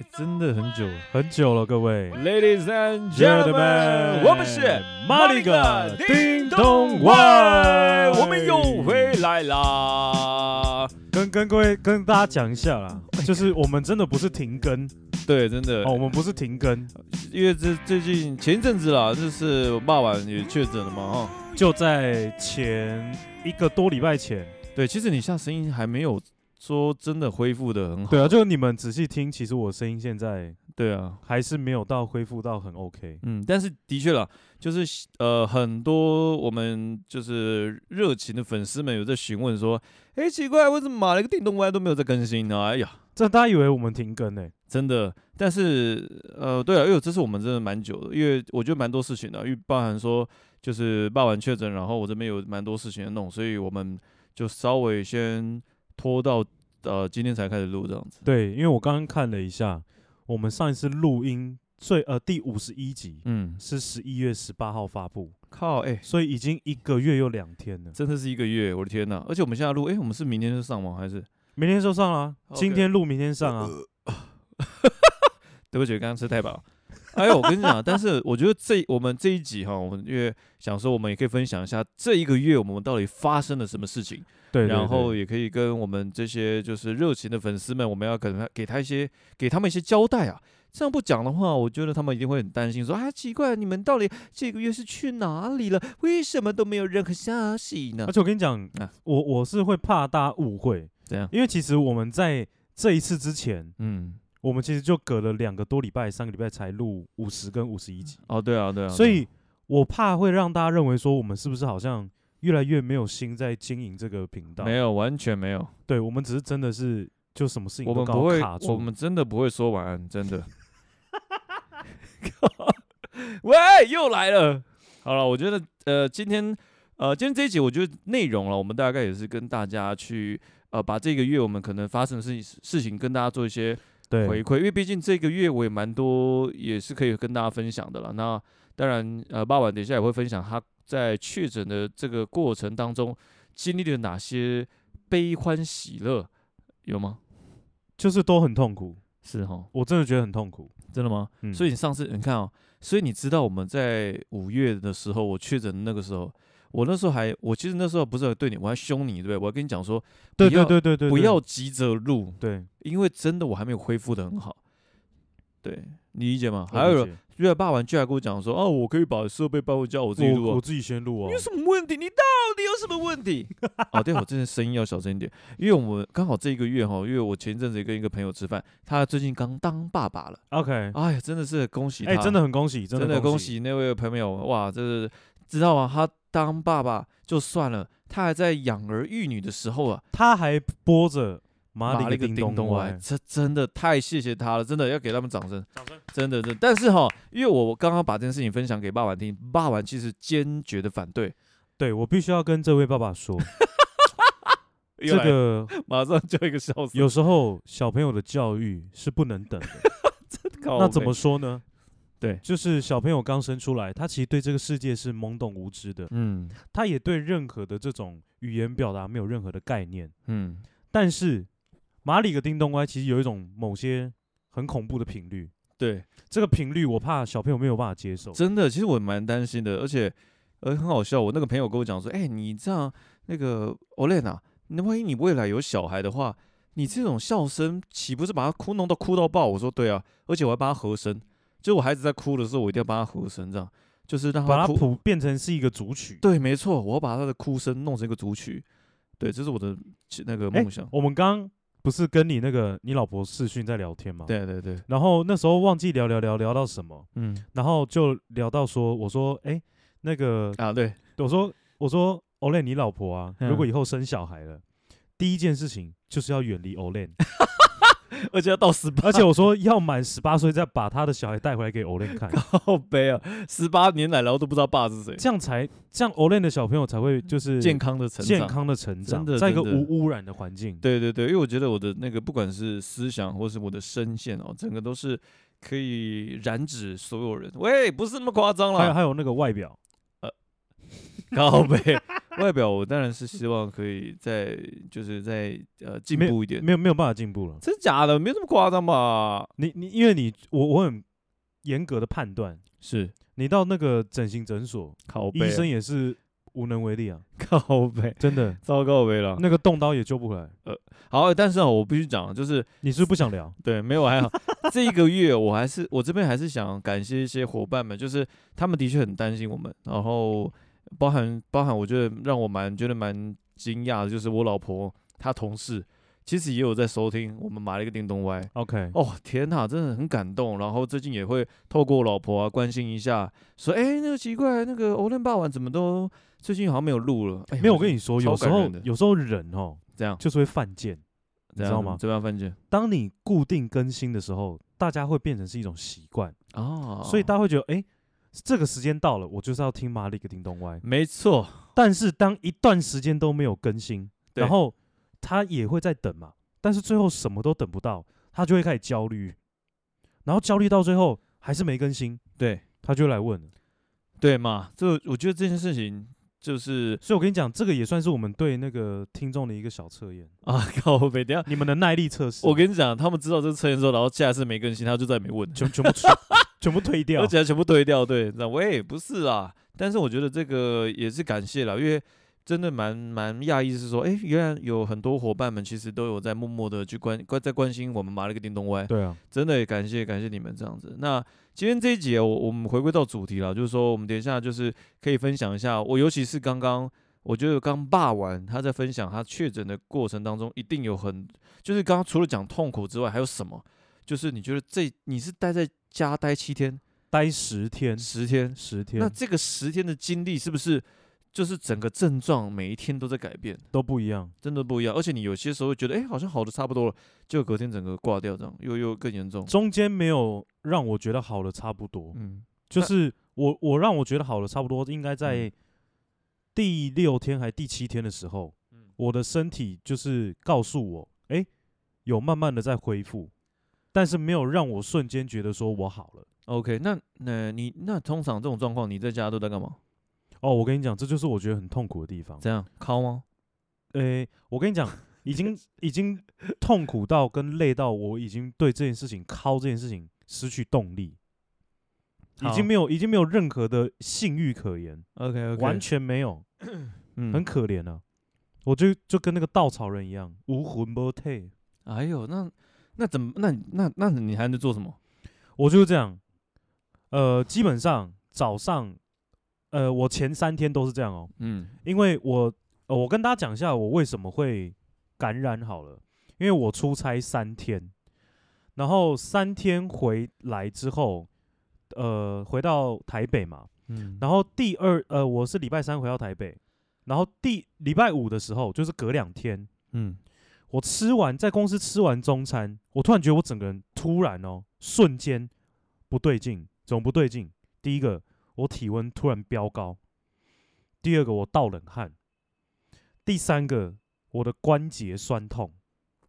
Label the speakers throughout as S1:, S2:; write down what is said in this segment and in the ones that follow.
S1: 欸真的很久很久了，各位
S2: Ladies and
S1: gentlemen，
S2: gentlemen，我们是
S1: 马里嘎叮咚
S2: 外
S1: 外，，
S2: 我们又回来啦。
S1: 跟跟各位跟大家讲一下 啦，就是我们真的不是停更
S2: 对，真的，
S1: 哦，我们不是停更，
S2: 因为这最近前一阵子啦，就是我爸爸也确诊了嘛，哈。
S1: 就在前一个多礼拜前，
S2: 对，其实你像声音还没有说真的恢复的很好。
S1: 对啊，就你们仔细听，其实我声音现在
S2: 对啊，
S1: 还是没有到恢复到很 OK，
S2: 嗯，但是的确啦，就是呃，很多我们就是热情的粉丝们有在询问说，哎，奇怪，为什么马来个电动歪都没有在更新呢？哎呀。
S1: 这大家以为我们停更呢、欸
S2: 真的，但是呃，对啊，因为这是我们真的蛮久的，因为我觉得蛮多事情的，因为包含说就是爸完确诊，然后我这边有蛮多事情要弄，所以我们就稍微先拖到呃今天才开始录这样子。
S1: 对，因为我刚刚看了一下，我们上一次录音最呃第五十一集
S2: 嗯，
S1: 是十一月十八号发布，
S2: 靠，哎、
S1: 所以已经一个月又两天了。
S2: 真的是一个月，我的天呐！而且我们现在录，哎、我们是明天就上吗？还是？
S1: 明天就上啊
S2: OK 呃
S1: 今天录，明天上啊。
S2: 对不起，刚刚吃太饱。 哎呦，我跟你讲，但是我觉得这我们这一集哈，我们因为想说我们也可以分享一下这一个月我们到底发生了什么事情。
S1: 对，对
S2: 然后
S1: 对
S2: 也可以跟我们这些就是热情的粉丝们，我们要可能给他一些给他们一些交代啊。这样不讲的话，我觉得他们一定会很担心说，啊，奇怪，你们到底这个月是去哪里了？为什么都没有任何消息呢
S1: 而？且我跟你讲
S2: 啊，
S1: 我我是会怕大家误会，
S2: 怎样？
S1: 因为其实我们在这一次之前，
S2: 嗯，
S1: 我们其实就隔了两个多礼拜、三个礼拜才录五十跟五十一集，
S2: 哦，对啊，对啊，
S1: 所
S2: 对啊
S1: 以我怕会让大家认为说我们是不是好像越来越没有心在经营这个频道？
S2: 啊没，有，完全没有，
S1: 对我们只是真的是就什么事情
S2: 我
S1: 都
S2: 们
S1: 刚
S2: 不
S1: 好
S2: 会
S1: 卡，住，
S2: 我们真的不会说晚安，真 的。喂，又来了。好了，我觉得呃，今天呃，今天这一集我觉得内容了，我们大概也是跟大家去呃，把这个月我们可能发生的事情事情跟大家做一些回
S1: 对
S2: 馈，因为毕竟这个月我也蛮多也是可以跟大家分享的了。那当然，呃，爸爸等一下也会分享他在确诊的这个过程当中经历了哪些悲欢喜乐，有吗？
S1: 就是都很痛苦，
S2: 是哈，
S1: 我真的觉得很痛苦。
S2: 真的吗？
S1: 嗯，
S2: 所以你上次你看哦，所以你知道我们在五月的时候，我确诊的那个时候，我那时候还，我其实那时候不是对你，我还凶你，对不对？我还跟你讲说，
S1: 对
S2: 不
S1: 对
S2: 要
S1: 对对对，
S2: 不
S1: 对
S2: 要急着录，
S1: 对，
S2: 因为真的我还没有恢复的很好。对你理解吗？
S1: 我
S2: 还
S1: 理
S2: 有
S1: 解
S2: 瑞尔爸完居然跟我讲说，哦，我可以把设备搬回家，我自己录
S1: 我
S2: 啊
S1: 我。自己先录
S2: 你
S1: 啊
S2: 有。什么问题？你到底有什么问 题？哦，对，我这的声音要小声一点，因为我们刚好这一个月哈，因为我前一阵子也跟一个朋友吃饭，他最近刚当爸爸了，
S1: OK，
S2: 哎呀，真的是恭喜他，
S1: 哎，真的很恭喜，真
S2: 真的恭
S1: 恭。
S2: 喜那位朋友，哇，这是知道吗？他当爸爸就算了，他还在养儿育女的时候啊，
S1: 他还播着马
S2: 马
S1: 里
S2: 了
S1: 个
S2: 个
S1: 叮
S2: 叮
S1: 咚
S2: 咚
S1: 歪
S2: 外，，这真的太谢谢他了，真的要给他们掌声，真的真的。但是哈，因为我刚刚把这件事情分享给爸爸听，爸爸其实坚决的反对，
S1: 对我必须要跟这位爸爸 说，这
S2: 又来
S1: 个
S2: 马上就一个笑死，
S1: 有时候小朋友的教育是不能等的。
S2: 靠
S1: 那怎
S2: 北
S1: 么？说呢？
S2: 哦对
S1: 就是小朋友刚生出来，他其实对这个世界是懵懂无知的，
S2: 嗯
S1: 他也对任何的这种语言表达没有任何的概念。
S2: 嗯，
S1: 但是马里个叮咚歪其实有一种某些很恐怖的频率，
S2: 对，
S1: 这个频率我怕小朋友没有办法接受。
S2: 真的，其实我蛮担心的，而且呃很好笑，我那个朋友跟我讲说，哎、你这样那个 Olena，那万一你未来有小孩的话，你这种笑声岂不是把他哭弄到哭到爆？我说对啊，而且我还帮他和声，就我孩子在哭的时候，我一定要帮他和声，这样就是让
S1: 把它
S2: 啊哭。
S1: 谱变成是一个组曲。
S2: 对，没错，我要把他的哭声弄成一个组曲。对，这是我的其那个
S1: 哎
S2: 梦想。
S1: 我们刚不是跟你那个你老婆视讯在聊天吗？。
S2: 对对对，
S1: 然后那时候忘记聊聊聊聊到什么，
S2: 嗯
S1: 然后就聊到说，我说，哎、那个，
S2: 啊对，
S1: 我说，我说，Olen，你老婆啊，
S2: 嗯
S1: 如果以后生小孩了，第一件事情就是要远离 Olen，
S2: 而且要到十八
S1: 而且我说要满十八岁再把他的小孩带回来给 Olen 看，
S2: 好悲啊，十八年来然后都不知道爸是谁，
S1: 这样才这样 Olen 的小朋友才会就是
S2: 健康的成长，
S1: 健康的成长
S2: 真，的
S1: 在一个
S2: 真的
S1: 无污染的环境。
S2: 对对对，因为我觉得我的那个不管是思想或是我的声线哦，整个都是可以染指所有人。喂，不是那么夸张
S1: 还有
S2: 啦，
S1: 还有那个外表，
S2: 高呗。外表我当然是希望可以再就是再呃进
S1: 没
S2: 步一点，
S1: 没有没有办法进步了。
S2: 真假的没有这么夸张吧？
S1: 你你因为你我我很严格的判断，
S2: 是
S1: 你到那个整形诊所，
S2: 靠背啊，
S1: 医生也是无能为力啊，
S2: 靠背，，
S1: 真的
S2: 糟糕背了。
S1: 那个动刀也救不回来。
S2: 好，但是啊，我必须讲，就是
S1: 你是不是不想聊？
S2: 对，没有还好。这一个月我还是我这边还是想感谢一些伙伴们，就是他们的确很担心我们，然后包含包含，我觉得让我蛮觉得蛮惊讶的，就是我老婆她同事其实也有在收听我们买了一个叮咚歪。
S1: OK，
S2: 哦天呐，真的很感动。然后最近也会透过我老婆啊关心一下，说哎、那个奇怪，那个欧伦霸王怎么都最近好像没有录了？哎
S1: 没有，我
S2: 就
S1: 跟你说，
S2: 超
S1: 有时
S2: 感
S1: 候
S2: 人的
S1: 有时候人哦，
S2: 这样，
S1: 就是会犯贱。
S2: 这
S1: 知
S2: 样
S1: 道吗
S2: 这边犯贱
S1: 当你固定更新的时候，大家会变成是一种习惯，
S2: 哦，
S1: 所以大家会觉得，哎、这个时间到了，我就是要听马里克叮咚歪。
S2: 没错，
S1: 但是当一段时间都没有更新，
S2: 对
S1: 然后他也会在等嘛，但是最后什么都等不到，他就会开始焦虑，然后焦虑到最后还是没更新，
S2: 对。
S1: 他就会来问了。
S2: 对嘛？这我觉得这件事情就是
S1: 所以我跟你讲，这个也算是我们对那个听众的一个小测验，
S2: 啊， 靠北等一下，
S1: 你们的耐力测试。
S2: 我跟你讲，他们知道这个测验之后，然后下一次没更新，他就再也没问了，
S1: 全全部 全部推掉
S2: 而，且还全部推掉。对，那喂，不是啦，但是我觉得这个也是感谢啦，因为真的蛮蛮讶异，是说，哎，原来有很多伙伴们其实都有在默默的去关关在关心我们马了个叮咚歪，
S1: 对啊，
S2: 真的也感谢感谢你们这样子。那今天这一节我我们回归到主题了，就是说我们等一下就是可以分享一下，我尤其是刚刚我觉得刚霸完他在分享他确诊的过程当中，一定有很就是刚刚除了讲痛苦之外，还有什么？就是你觉得这你是待在家待七天、
S1: 待十天，
S2: 十天，
S1: 十
S2: 那
S1: 天
S2: 这个十天的经历是不是就是整个症状每一天都在改变？
S1: 都不一样。
S2: 真的不一样，而且你有些时候会觉得，哎、好像好的差不多了，结果隔天整个挂掉，这样又又更严重。
S1: 中间没有让我觉得好的差不多，
S2: 嗯，
S1: 就
S2: 那
S1: 是我我让我觉得好的差不多，应该在
S2: 嗯
S1: 第六天还第七天的时候，
S2: 嗯
S1: 我的身体就是告诉我，哎、有慢慢的在恢复，但是没有让我瞬间觉得说我好了。
S2: OK，那那、你那通常这种状况，你在家都在干嘛？
S1: 哦，我跟你讲，这就是我觉得很痛苦的地方。
S2: 这样敲吗？
S1: 诶、我跟你讲，已经已经痛苦到跟累到，我已经对这件事情、敲这件事情失去动力，已经没有已经没有任何的性欲可言
S2: OK OK，
S1: 完全没有，
S2: 嗯
S1: 很可怜啊。我就就跟那个稻草人一样，无魂不退。
S2: 哎呦，那那怎么那那那你还能做什么？
S1: 我就这样，呃，基本上早上，呃，我前三天都是这样哦，
S2: 嗯
S1: 因为我、呃、我跟大家讲一下我为什么会感染好了，因为我出差三天，然后三天回来之后，呃，回到台北嘛，
S2: 嗯
S1: 然后第二呃，我是礼拜三回到台北，然后第礼拜五的时候，就是隔两天，
S2: 嗯
S1: 我吃完在公司吃完中餐，我突然觉得我整个人突然哦，瞬间不对劲，怎么不对劲？第一个，我体温突然飙高；第二个，我盗冷汗；第三个，我的关节酸痛，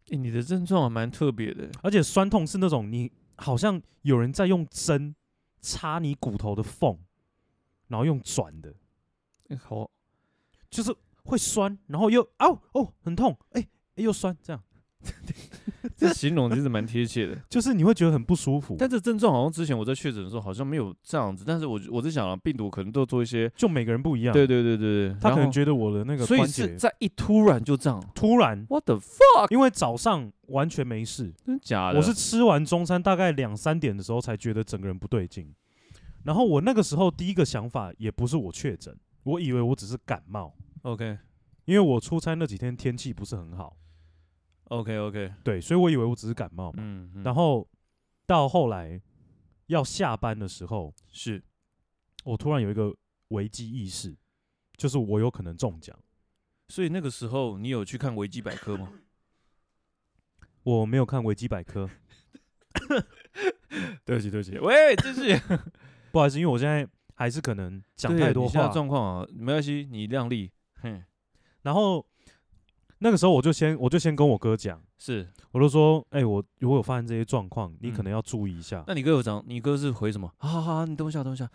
S2: 诶你的症状还蛮特别的，
S1: 而且酸痛是那种你好像有人在用针插你骨头的缝，然后用转的，
S2: 诶好
S1: 就是会酸，然后又哦哦很痛，哎、哎又酸，这样
S2: 这形容其实蛮贴切的。
S1: 就是你会觉得很不舒服，
S2: 但这症状好像之前我在确诊的时候好像没有这样子，但是我我在想啊，病毒可能都做一些，
S1: 就每个人不一样。
S2: 对对对对对，
S1: 他可
S2: 然
S1: 能
S2: 后
S1: 觉得我的那个
S2: 所以
S1: 关
S2: 是
S1: 节
S2: 在一突然就这样
S1: 突然，
S2: ，what the fuck，
S1: 因为早上完全没事，
S2: 真假的？
S1: 我是吃完中餐大概两三点的时候才觉得整个人不对劲。然后我那个时候第一个想法也不是我确诊，我以为我只是感冒，
S2: OK
S1: 因为我出差那几天天气不是很好，
S2: OK OK，
S1: 对，所以我以为我只是感冒嘛。
S2: 嗯，嗯
S1: 然后到后来要下班的时候，
S2: 是
S1: 我突然有一个危机意识，就是我有可能中奖。
S2: 所以那个时候你有去看维基百科吗？
S1: 我没有看维基百科，
S2: 对不起，对不起，喂，这是
S1: 不好意思，因为我现在还是可能 讲太多话，
S2: 状况啊，没关系，你量力，哼，
S1: 然后那个时候我就先我就先跟我哥讲，
S2: 是。
S1: 我就说，哎、我如果有发生这些状况，你
S2: 嗯
S1: 可能要注意一下。
S2: 那你哥有讲，你哥是回什么？好好好，你等我一下，等我一下，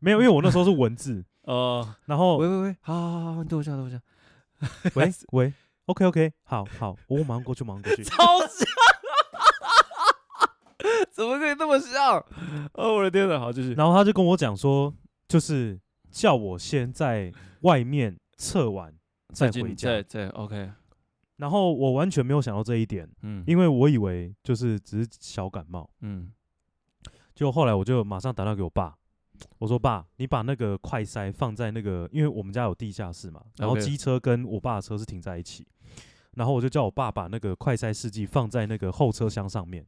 S1: 没有，因为我那时候是 文字，
S2: 呃，
S1: 然后
S2: 喂喂喂，好好好好，你等我一下，等我一下，。
S1: 喂 喂，OK OK，好好，我马上过去，马上过去
S2: 超像，怎么可以那么像？哦，我的天哪，好，继续。
S1: 然后他就跟我讲说，就是叫我先在外面测完再
S2: 进
S1: 回
S2: 再
S1: 家。
S2: 再 OK，
S1: 然后我完全没有想到这一点，
S2: 嗯
S1: 因为我以为就是只是小感冒。
S2: 嗯
S1: 就后来我就马上打电话给我爸，我说爸，你把那个快塞放在那个，因为我们家有地下室嘛，然后
S2: OK
S1: 机车跟我爸的车是停在一起，然后我就叫我爸把那个快塞试剂放在那个后车厢上面。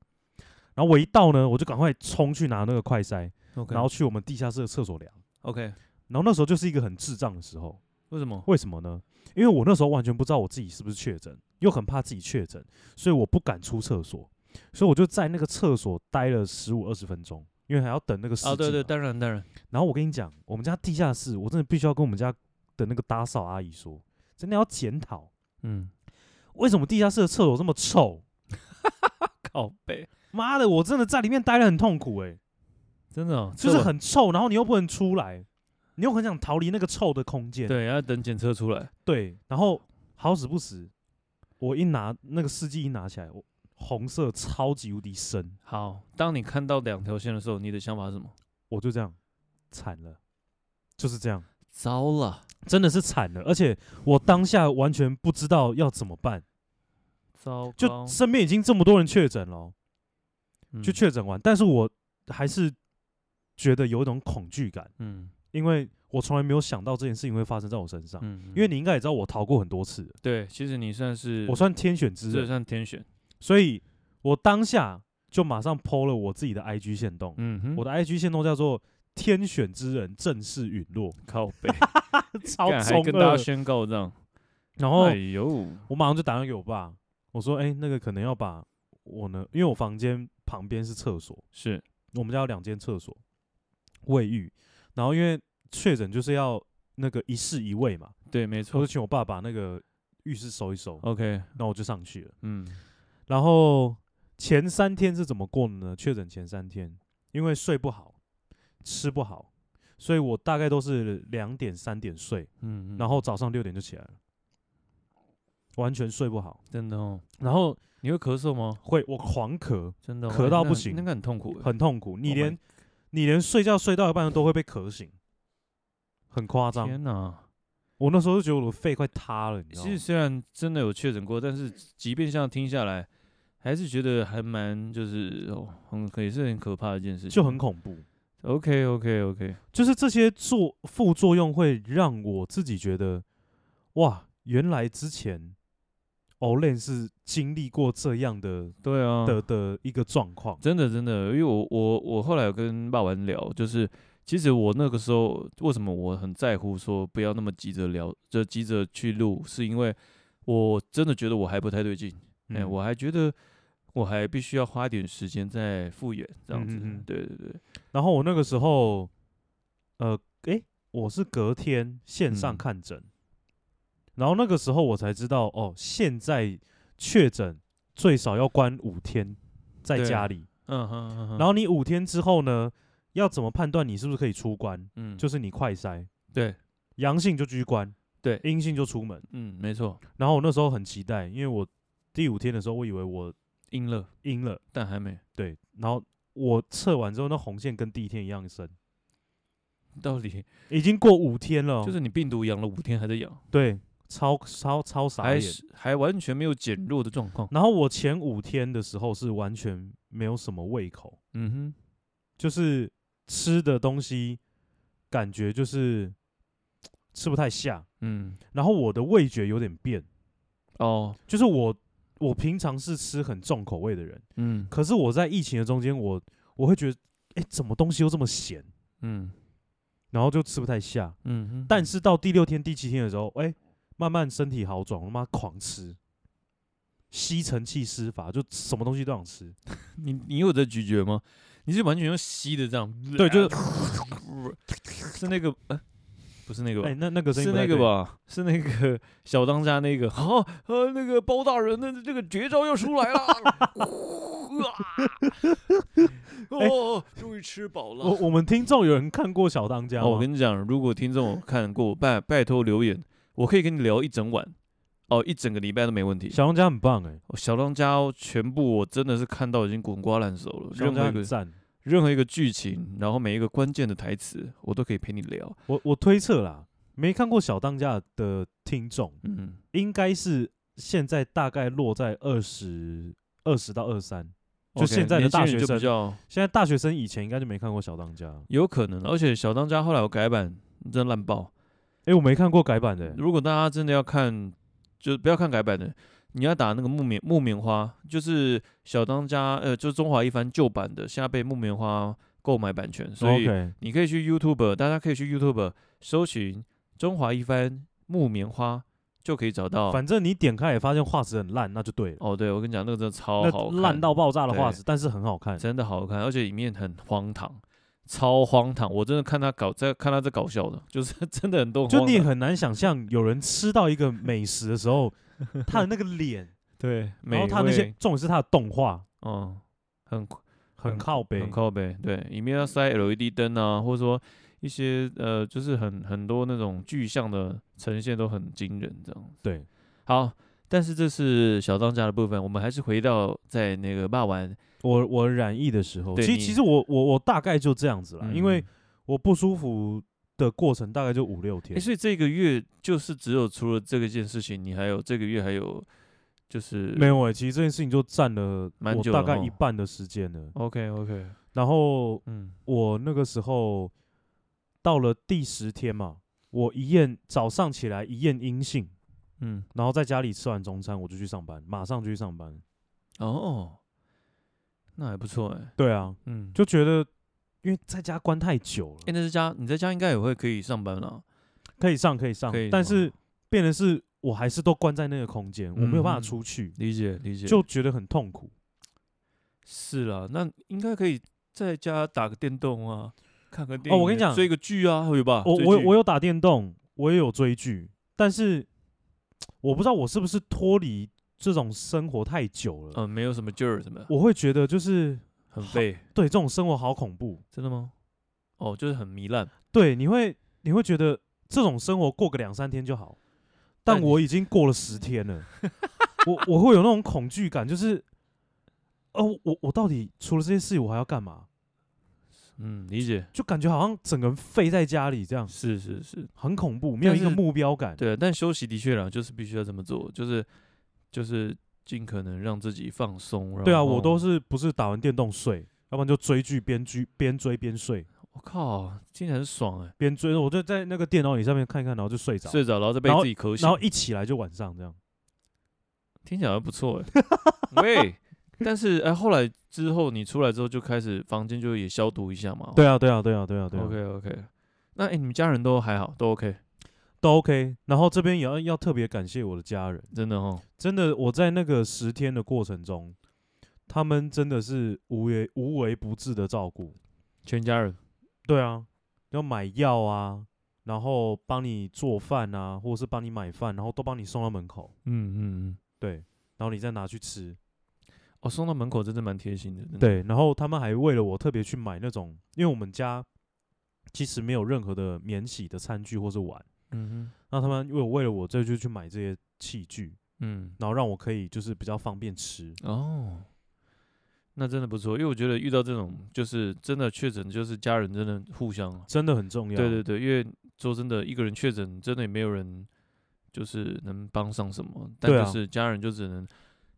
S1: 然后我一到呢，我就赶快冲去拿那个快塞，
S2: ，OK，
S1: 然后去我们地下室的厕所量。
S2: OK，
S1: 然后那时候就是一个很智障的时候，
S2: 为什么？
S1: 为什么呢？因为我那时候完全不知道我自己是不是确诊，又很怕自己确诊，所以我不敢出厕所，所以我就在那个厕所待了十五二十分钟，因为还要等那个试
S2: 啊，对
S1: 剂
S2: 对，
S1: 嘛
S2: 当然当然，
S1: 然后我跟你讲，我们家地下室，我真的必须要跟我们家的那个打扫阿姨说，真的要检讨，
S2: 嗯，
S1: 为什么地下室的厕所这么臭？
S2: 靠背，
S1: 妈的，我真的在里面待得很痛苦诶、
S2: 真的哦
S1: 就是
S2: 这
S1: 很臭，然后你又不能出来，你又很想逃离那个臭的空间。
S2: 对，要等检测出来，
S1: 对，然后好死不死，我一拿那个试剂一拿起来，我红色超级无敌深，
S2: 好，当你看到两条线的时候，你的想法是什么？
S1: 我就这样惨了，就是这样，
S2: 糟了，
S1: 真的是惨了，而且我当下完全不知道要怎么办，
S2: 糟糕
S1: 就，身边已经这么多人确诊了
S2: 哦
S1: 哦，
S2: 嗯
S1: 就，确诊啊完，但是我还是觉得有一种恐惧感，
S2: 嗯
S1: 因为我从来没有想到这件事情会发生在我身上，
S2: 嗯，
S1: 因为你应该也知道我逃过很多次了，
S2: 对，其实你算是
S1: 我算天选之
S2: 这
S1: 人，
S2: 算天选，
S1: 所以我当下就马上 PO 了我自己的 IG 线动，
S2: 嗯哼，
S1: 我的 IG 线动叫做“天选之人正式陨落
S2: 靠背，”，
S1: 超
S2: 干还
S1: 中
S2: 跟大
S1: 二哦
S2: 家。宣告这样，
S1: 然后
S2: 哎呦，
S1: 我马上就打电话给我爸，我说：“哎、那个可能要把我呢，因为我房间旁边是厕所，
S2: 是，
S1: 我们家有两间厕所，卫浴。然后因为确诊就是要那个一室一卫嘛，
S2: 对，没
S1: 我
S2: 错哦
S1: 就请我爸把那个浴室收一收，
S2: ，OK，
S1: 那我就上去了。
S2: 嗯，
S1: 然后前三天是怎么过的呢？确诊前三天，因为睡不好，吃不好，所以我大概都是两点三点睡，
S2: 嗯，
S1: 然
S2: 后
S1: 后早上六点就起来了，完全睡不好，
S2: 真的哦，
S1: 然后
S2: 你会咳嗽吗？
S1: 会我狂咳，
S2: 真的哦
S1: 咳
S2: 哎
S1: 到
S2: 那
S1: 不行
S2: 那个很痛苦哎，
S1: 很痛苦，你
S2: Oh my
S1: 连、你连睡觉睡到一半都会被咳醒，很夸张。
S2: 天哪！
S1: 我那时候就觉得我的肺快塌了，你知道
S2: 其实
S1: 吗？
S2: 虽然真的有确诊过，但是即便这样听下来，还是觉得还蛮就是哦，很可也是很可怕的一件事情。
S1: 就很恐怖，
S2: OK OK OK，
S1: 就是这些作副作用会让我自己觉得，哇，原来之前 Olen 是经历过这样的
S2: 对啊，
S1: 的的一个状况。
S2: 真的真的，因为我我我后来有跟爸玩聊，就是其实我那个时候为什么我很在乎说不要那么急着聊，就急着去录，是因为我真的觉得我还不太对劲，哎、
S1: 嗯
S2: 我还觉得我还必须要花点时间再复原这样子。
S1: 嗯嗯嗯
S2: 对对对，
S1: 然后我那个时候，呃，诶，我是隔天线上
S2: 嗯
S1: 看诊，然后那个时候我才知道，哦，现在确诊最少要关五天在
S2: 对
S1: 家里，
S2: 嗯哼嗯哼，
S1: 然后你五天之后呢，要怎么判断你是不是可以出关？
S2: 嗯
S1: 就是你快筛
S2: 对
S1: 阳性就居关，
S2: 对
S1: 阴性就出门。
S2: 嗯没错，
S1: 然后我那时候很期待，因为我第五天的时候，我以为我
S2: 阴了。
S1: 阴了，
S2: 但还没，
S1: 对，然后我测完之后，那红线跟第一天一样深，
S2: 到底
S1: 已经过五天了哦，
S2: 就是你病毒养了五天还在养，
S1: 对，超超超傻
S2: 还
S1: 眼。
S2: 是还完全没有减弱的状况。
S1: 然后我前五天的时候是完全没有什么胃口，
S2: 嗯
S1: 就是吃的东西感觉就是吃不太下，
S2: 哼，嗯，
S1: 然后我的味觉有点变，
S2: 哦，
S1: 就是我我平常是吃很重口味的人，
S2: 嗯
S1: 可是我在疫情的中间，我我会觉得，哎，怎么东西又这么咸，
S2: 嗯
S1: 然后就吃不太下。
S2: 嗯哼，
S1: 但是到第六天、第七天的时候，哎、慢慢身体好转，我他妈狂吃，吸尘器施法，就什么东西都想吃。
S2: 你你有在咀嚼吗？你是完全用吸的这样？
S1: 对就是
S2: 是那个，呃不是那个吧
S1: 哎、？那那个声音
S2: 是
S1: 不
S2: 那
S1: 太
S2: 个
S1: 对？
S2: 吧？是那个小当家那个，哦，呃，那个包大人的这个啊绝招又出来了，哇！哦，终于吃饱
S1: 哎
S2: 了。
S1: 我我们听众有人看过小当家吗？
S2: 哦，我跟你讲，如果听众有看过，拜拜托留言，我可以跟你聊一整晚，哦，一整个礼拜都没问题。
S1: 小当家很棒哎、
S2: 哦小当家哦全部我真的是看到已经滚瓜烂熟了，
S1: 小
S2: 任
S1: 当家
S2: 何一
S1: 很
S2: 个
S1: 赞。
S2: 任何一个剧情，然后每一个关键的台词，我都可以陪你聊。
S1: 我我推测啦，没看过小当家的听众，
S2: 嗯，
S1: 应该是现在大概落在二十二十到二三。就
S2: OK，
S1: 现在的
S2: 年轻
S1: 大
S2: 人
S1: 学
S2: 就
S1: 生
S2: 比较
S1: 现在大学生以前应该就没看过小当家了。
S2: 有可能，而且小当家后来有改版，真的烂爆。
S1: 诶，我没看过改版的、欸。
S2: 如果大家真的要看，就不要看改版的，你要打那个木棉木棉花，就是小当家呃，就是中华一番旧版的，现在被木棉花购买版权，所以
S1: OK，
S2: 你可以去 YouTube，大家可以去 YouTube 搜寻中华一番木棉花，就可以找到。
S1: 反正你点开也发现画质很烂，那就对了。
S2: 哦，对我跟你讲，那个真的超哦好
S1: 那
S2: 看，
S1: 烂到爆炸的画
S2: 对
S1: 质，但是很好看。
S2: 真的好看，而且里面很荒唐，超荒唐。我真的看他搞在看他在搞笑的， 就是真的很多
S1: 就
S2: 荒
S1: 你也
S2: 唐
S1: 很难想象，有人吃到一个美食的时 候，他的那个脸，
S2: 对，
S1: 然
S2: 美
S1: 后
S2: 味，
S1: 他那些，重点是他的动画
S2: 嗯，很
S1: 很
S2: 很
S1: 靠北，
S2: 很靠背，对，里面要塞 LED 灯啊，或者说一些呃，就是很很多那种具象的呈现都很惊人，这样。
S1: 对，
S2: 好，但是这是小当家的部分，我们还是回到在那个霸王，
S1: 我我染疫的时候，
S2: 对
S1: 其实
S2: 你
S1: 其实我我我大概就这样子啦，
S2: 嗯
S1: 因为我不舒服的过程大概就五六
S2: 诶，
S1: 天。
S2: 所以这个月就是只有除了这个件事情，你还有这个月还有就是
S1: 没有哎、其实这件事情就占了
S2: 蛮
S1: 我
S2: 久
S1: 大
S2: 了
S1: 概
S2: 吼
S1: 一半的时间了。
S2: OK OK，
S1: 然后
S2: 嗯，
S1: 我那个时候到了第十天嘛，我一验早上起来一验阴性，
S2: 嗯，
S1: 然后在家里吃完中餐我就去上班，马上就去上班。
S2: 哦，那还不错哎、
S1: 对啊，
S2: 嗯，就
S1: 就觉得因为在家关太久了，
S2: 哎、那在家你在家应该也会可以上班了，
S1: 可以上可以上，
S2: 可以
S1: 但
S2: 哦
S1: 是变的是我还是都关在那个空间，我没有办法
S2: 嗯
S1: 出去，
S2: 理解理解，
S1: 就觉得很痛苦。
S2: 是啦，那应该可以在家打个电动啊，看个电
S1: 哦
S2: 影，
S1: 我跟你讲
S2: 追个剧啊，会吧？
S1: 我
S2: 追
S1: 我
S2: 剧
S1: 我有打电动，我也有追剧，但是我不知道我是不是脱离这种生活太久了，
S2: 嗯，没有什么劲儿，什么
S1: 我会觉得就是
S2: 很
S1: 好
S2: 废，
S1: 对这种生活好恐怖，
S2: 真的吗？哦，就是很糜烂，
S1: 对，你会你会觉得这种生活过个两三天就好，但
S2: 但你
S1: 我已经过了十 天了，我我会有那种恐惧感，就是，哦、我我到底除了这些事情我还要干嘛？
S2: 嗯，理解，
S1: 就感觉好像整个人废在家里这样，
S2: 是是是，
S1: 很恐怖，没有
S2: 但
S1: 一个
S2: 是
S1: 目标感。
S2: 对，啊但休息的确啦，就是必须要这么做，就是就是尽可能让自己放松，
S1: 对啊，
S2: 然
S1: 我都
S2: 后
S1: 是不是打完电动睡，要不然就追剧边追边追边睡，
S2: 我靠，听起来很爽哎、
S1: 边追我就在那个电脑椅上面看一看，然后就睡着，
S2: 睡着然后再被
S1: 然后
S2: 自己口醒
S1: 然，后一起来就晚上这样。
S2: 听起来还不错哎、 喂，但是哎、后来之后你出来之后就开始房间就也消毒一下嘛。
S1: 对啊，对啊，对啊，对啊，对啊
S2: o k 哦 OK。那哎、你们家人都还好，都 OK，
S1: 都 OK。然后这边也要要特别感谢我的家人，
S2: 真的哦。
S1: 真的，我在那个十天的过程中，他们真的是无为无微不至的照顾。
S2: 全家人，
S1: 对啊，要买药啊，然后帮你做饭啊，或者是帮你买饭，然后都帮你送到门口，
S2: 嗯嗯嗯，
S1: 对，然后你再拿去吃，
S2: 哦，送到门口真的蛮贴心的，真的，
S1: 对。然后他们还为了我特别去买那种，因为我们家其实没有任何的免洗的餐具或是碗，
S2: 嗯哼，
S1: 那他们为为了我这就去买这些器具，
S2: 嗯，
S1: 然后让我可以就是比较方便吃。
S2: 哦，那真的不错，因为我觉得遇到这种就是真的确诊，就是家人真的互相
S1: 真的很重要，
S2: 对对对，因为说真的，一个人确诊，真的也没有人就是能帮上什么，但
S1: 对
S2: 就
S1: 啊
S2: 是家人就只能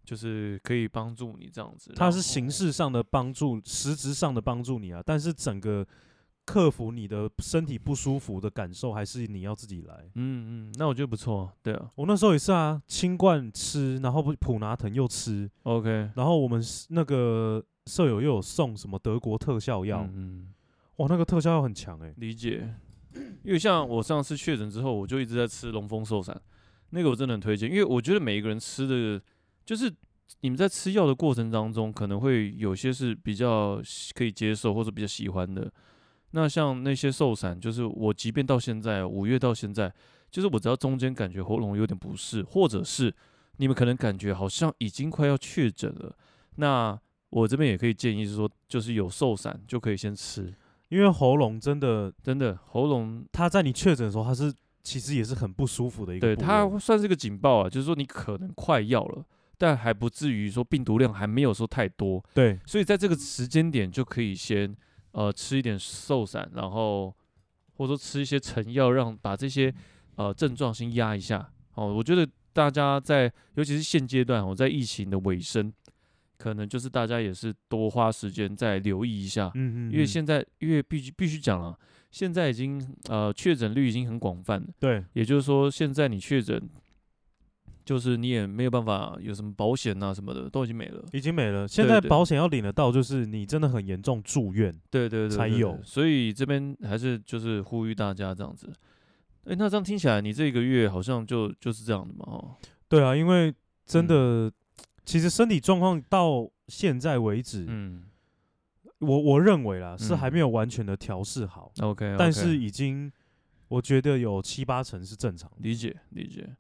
S2: 就是可以帮助你这样子。
S1: 它
S2: 然
S1: 是
S2: 后
S1: 形式上的帮助，实质上的帮助你啊，但是整个克服你的身体不舒服的感受，还是你要自己来。
S2: 嗯嗯，那我觉得不错啊，对啊
S1: 我那时候也是啊，清冠吃，然后不普拿疼又吃，
S2: ，OK，
S1: 然后我们是那个舍友又有送什么德国特效药，
S2: 嗯嗯，
S1: 哇，那个特效药很强哎、
S2: 理解。因为像我上次确诊之后，我就一直在吃龙峰寿散，那个我真的很推荐，因为我觉得每一个人吃的，就是你们在吃药的过程当中，可能会有些是比较喜可以接受或者比较喜欢的。那像那些寿散，就是我即便到现在啊五月到现在，就是我只要中间感觉喉咙有点不适，或者是你们可能感觉好像已经快要确诊了，那我这边也可以建议是说，就是有寿散就可以先吃，
S1: 因为喉咙真的，
S2: 真的喉咙
S1: 它在你确诊的时候，它是其实也是很不舒服的一个
S2: 对
S1: 部位。
S2: 它算是个警报啊，就是说你可能快要了，但还不至于说病毒量还没有说太多，
S1: 对嗯
S2: 所以在这个时间点就可以先呃吃一点寿散，然后或者说吃一些成药，让把这些呃症状先压一下。哦，我觉得大家在尤其是现阶段，我、哦、在疫情的尾声，可能就是大家也是多花时间再留意一下，
S1: 嗯嗯，
S2: 因为
S1: 嗯
S2: 现在因为必须必须讲了，现在已经呃确诊率已经很广泛了。
S1: 对
S2: 也就是说，现在你确诊，就是你也没有办法有什么保险啊什么的，都已经没了。
S1: 已经没了。现
S2: 对
S1: 在
S2: 对
S1: 保险要领得到，就是你真的很严重住院。
S2: 对对对
S1: 才
S2: 对对
S1: 有
S2: 所以这边还是就是呼吁大家这样子。哎，那这样听起来，你这个月好像就就是这样的嘛，哦，
S1: 对啊，因为真
S2: 嗯
S1: 的，其实身体状况到现在为止，
S2: 嗯
S1: 我我认为啦是还
S2: 嗯
S1: 没有完全的调试好，
S2: ，OK，
S1: 但是已经我觉得有七八成是正常的。
S2: 理解理解。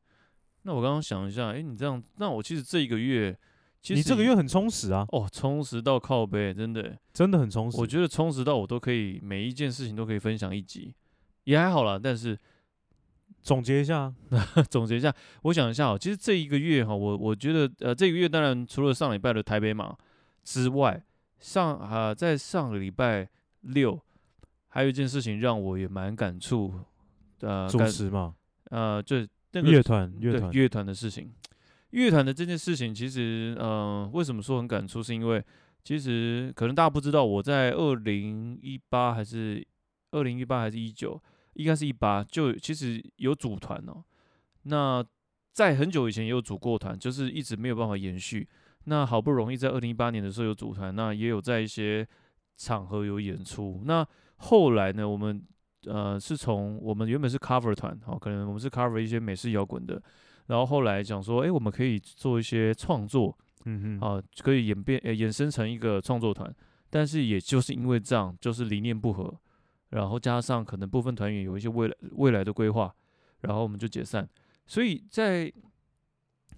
S2: 那我刚刚想一下，哎，你这样，那我其实这一个月，其实
S1: 你这个
S2: 也
S1: 月很充实啊，
S2: 哦，充实到靠背，真的。
S1: 真的很充实。
S2: 我觉得充实到我都可以每一件事情都可以分享一集，也还好啦。但是
S1: 总结一下，
S2: 总结一下，我想一下哦，其实这一个月哈，我我觉得呃，这个月当然除了上礼拜的台北马之外，上啊、在上个礼拜六，还有一件事情让我也蛮感触，呃，
S1: 主
S2: 感
S1: 持嘛，
S2: 呃，就那个
S1: 乐团乐
S2: 对
S1: 团，
S2: 乐团的事情，乐团的这件事情，其实呃，为什么说很感触，是因为其实可能大家不知道，我在二零一八还是二零一八还是一九，应该是一八，就其实有组团哦。那在很久以前也有组过团，就是一直没有办法延续。那好不容易在二零一八年的时候有组团，那也有在一些场合有演出。那后来呢，我们呃是从我们原本是 cover 团，哦，可能我们是 cover 一些美式摇滚的，然后后来讲说，诶，我们可以做一些创作，
S1: 嗯嗯，
S2: 啊，可以演变、呃衍生成一个创作团，但是也就是因为这样，就是理念不合，然后加上可能部分团员有一些未来未来的规划，然后我们就解散。所以在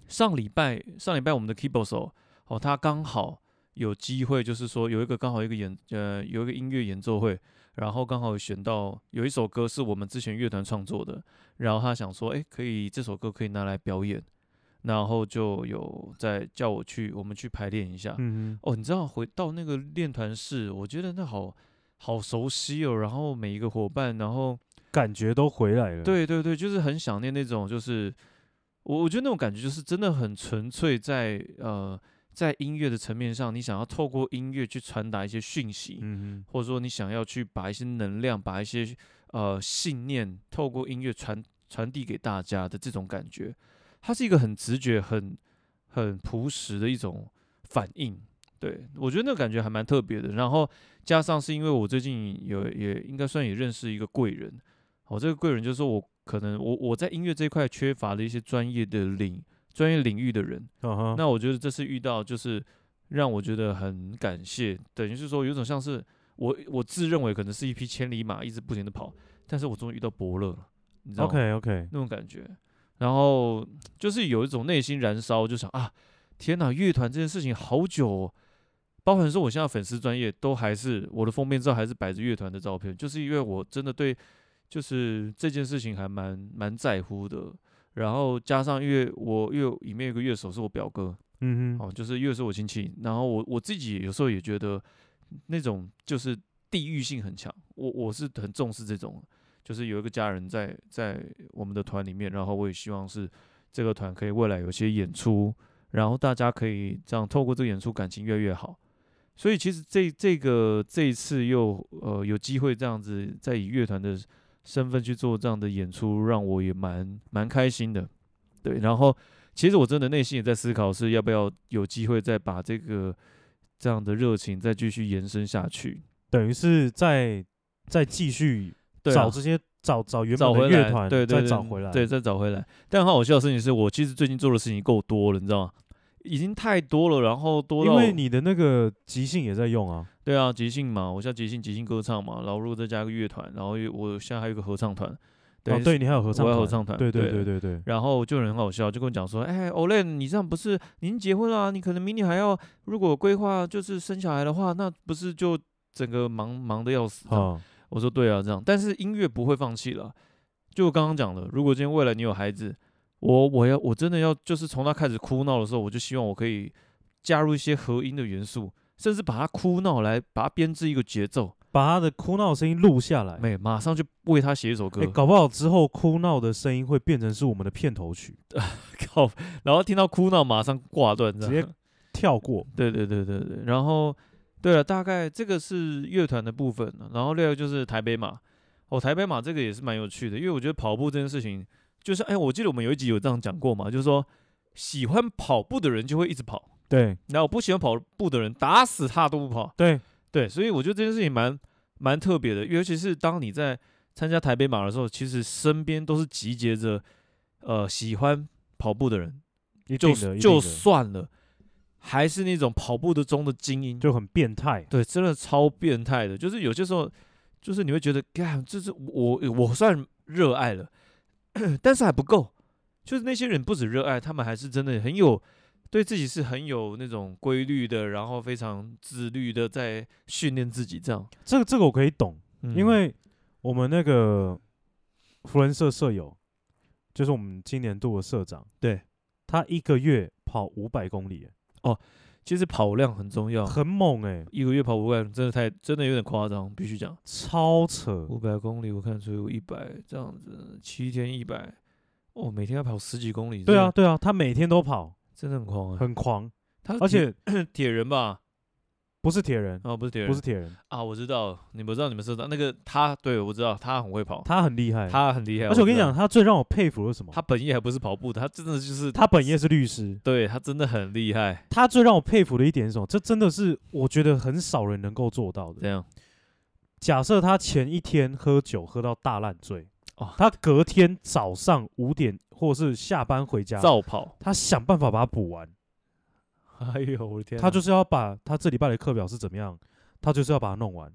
S2: 上礼拜上礼拜我们的 keyboard 手哦，他刚好有机会，就是说有一个刚好一个演呃有一个音乐演奏会，然后刚好选到有一首歌是我们之前乐团创作的，然后他想说，诶，可以这首歌可以拿来表演。然后就有在叫我去，我们去排练一下。
S1: 嗯
S2: 哦，你知道回到那个练团室，我觉得那好好熟悉哦。然后每一个伙伴，然后
S1: 哼，感觉都回来了。，
S2: 对对对，就是很想念那种，就是我我觉得那种感觉就是真的很纯粹在，呃在音乐的层面上，你想要透过音乐去传达一些讯息，
S1: 嗯
S2: 或者说你想要去把一些能量、把一些呃信念，透过音乐传传递给大家的这种感觉，它是一个很直觉、很很朴实的一种反应。对我觉得那个感觉还蛮特别的。然后加上是因为我最近有也应该算也认识一个贵人，我、这个贵人就是说我可能我我在音乐这一块缺乏了一些专业的领专业领域的人，
S1: 哼，啊哈，
S2: 那我觉得这次遇到就是让我觉得很感谢，等于是说有种像是我我自认为可能是一匹千里马，一直不停的跑，但是我终于遇到伯乐了，你知道吗
S1: OK OK，
S2: 那种感觉，然后就是有一种内心燃烧，就想啊，天哪，乐团这件事情好久、哦，包含说我现在粉丝专业都还是我的封面照还是摆着乐团的照片，就是因为我真的对就是这件事情还蛮蛮在乎的。然后加上，因为我因为里面有个乐手是我表哥，
S1: 嗯哼，
S2: 哦，就是因为是我亲戚，然后我我自己有时候也觉得那种就是地域性很强，我我是很重视这种，就是有一个家人在在我们的团里面，然后我也希望是这个团可以未来有些演出，然后大家可以这样透过这个演出感情越来越好。所以其实这这个这一次又呃有机会这样子，再以乐团的身份去做这样的演出，让我也蛮蛮开心的。对，然后其实我真的内心也在思考，是要不要有机会再把这个这样的热情再继续延伸下去，
S1: 等于是在再继续
S2: 对啊
S1: 找这些找找原
S2: 找
S1: 本
S2: 回
S1: 的
S2: 来
S1: 乐团，
S2: 对对
S1: 再
S2: 对
S1: 找回来。
S2: 对，再找回来。但很好笑的事情是我其实最近做的事情够多了，你知道吗？已经太多了，然后多
S1: 因
S2: 到
S1: 为你的那个即兴也在用啊。
S2: 对啊，即兴嘛，我现在即兴即兴歌唱嘛，然后如果再加个乐团，然后又我现在还有一个合唱团，对
S1: 哦，对你还有合唱
S2: 我
S1: 团，
S2: 有合唱团
S1: 对对
S2: 对
S1: 对对对，
S2: 然后就有人很好笑，就跟我讲说：“哎、o l e n 你这样不是您结婚啦、你可能明年还要，如果规划就是生小孩的话，那不是就整个忙忙的要死这样？”
S1: 啊，
S2: 我说：“对啊，这样。”但是音乐不会放弃了，就我刚刚讲的，如果今天未来你有孩子，我我要我真的要就是从他开始哭闹的时候，我就希望我可以加入一些和音的元素，甚至把他哭闹来把它编制一个节奏，
S1: 把他的哭闹声音录下来，
S2: 没马上就为他写一首歌
S1: 哎，。搞不好之后哭闹的声音会变成是我们的片头曲，
S2: 靠！然后听到哭闹马上挂断，这
S1: 直接
S2: 样。
S1: 跳过，
S2: 对对对对对，然后对了，大概这个是乐团的部分，然后另外就是台北马。哦，台北马这个也是蛮有趣的，因为我觉得跑步这件事情，就是哎，我记得我们有一集有这样讲过嘛，就是说喜欢跑步的人就会一直跑，
S1: 对
S2: 然后不喜欢跑步的人打死他都不跑。
S1: 对，
S2: 对，所以我觉得这件事情蛮蛮特别的，尤其是当你在参加台北马的时候，其实身边都是集结着呃喜欢跑步的人，
S1: 一定
S2: 就
S1: 的，一定
S2: 就
S1: 的
S2: 算了，还是那种跑步的中的精英，
S1: 就很变态，
S2: 对，真的超变态的。就是有些时候，就是你会觉得，干，这是我我算热爱了，但是还不够。就是那些人不止热爱，他们还是真的很有对自己是很有那种规律的，然后非常自律的在训练自己这样。
S1: 这个这个我可以懂，
S2: 嗯
S1: 因为我们那个福伦社舍友，就是我们今年度的社长，
S2: 对
S1: 他一个月跑五百公里，
S2: 其实跑量很重要，
S1: 很猛哎、
S2: 一个月跑五百，真的太真的有点夸张，必须讲。
S1: 超扯，
S2: 五百公里，我看只有一百这样子，七天一百，哦，每天要跑十几公里，
S1: 对啊，对啊，他每天都跑，
S2: 真的，真的很狂啊！
S1: 很狂，
S2: 他
S1: 而且
S2: 铁铁人吧，
S1: 不是铁人，
S2: 哦，不是铁人，
S1: 不是铁人，
S2: 啊，我知道，你们知道你们社长那个他，对我知道他很会跑，
S1: 他很厉害，
S2: 他很厉害。
S1: 而且我跟你
S2: 知道
S1: 讲，，他最让我佩服的是什么？
S2: 他本业还不是跑步的，他真的就是，
S1: 他本业是律师，
S2: 对他真的很厉害。
S1: 他最让我佩服的一点是什么？这真的是我觉得很少人能够做到的
S2: 这。样
S1: 假设他前一天喝酒喝到大烂醉，
S2: 哦
S1: 他隔天早上五点或是下班回家，
S2: 造 跑，
S1: 他想办法把它补完。
S2: 哎呦我的天啊，
S1: 他就是要把他这礼拜的课表是怎么样，他就是要把它弄完。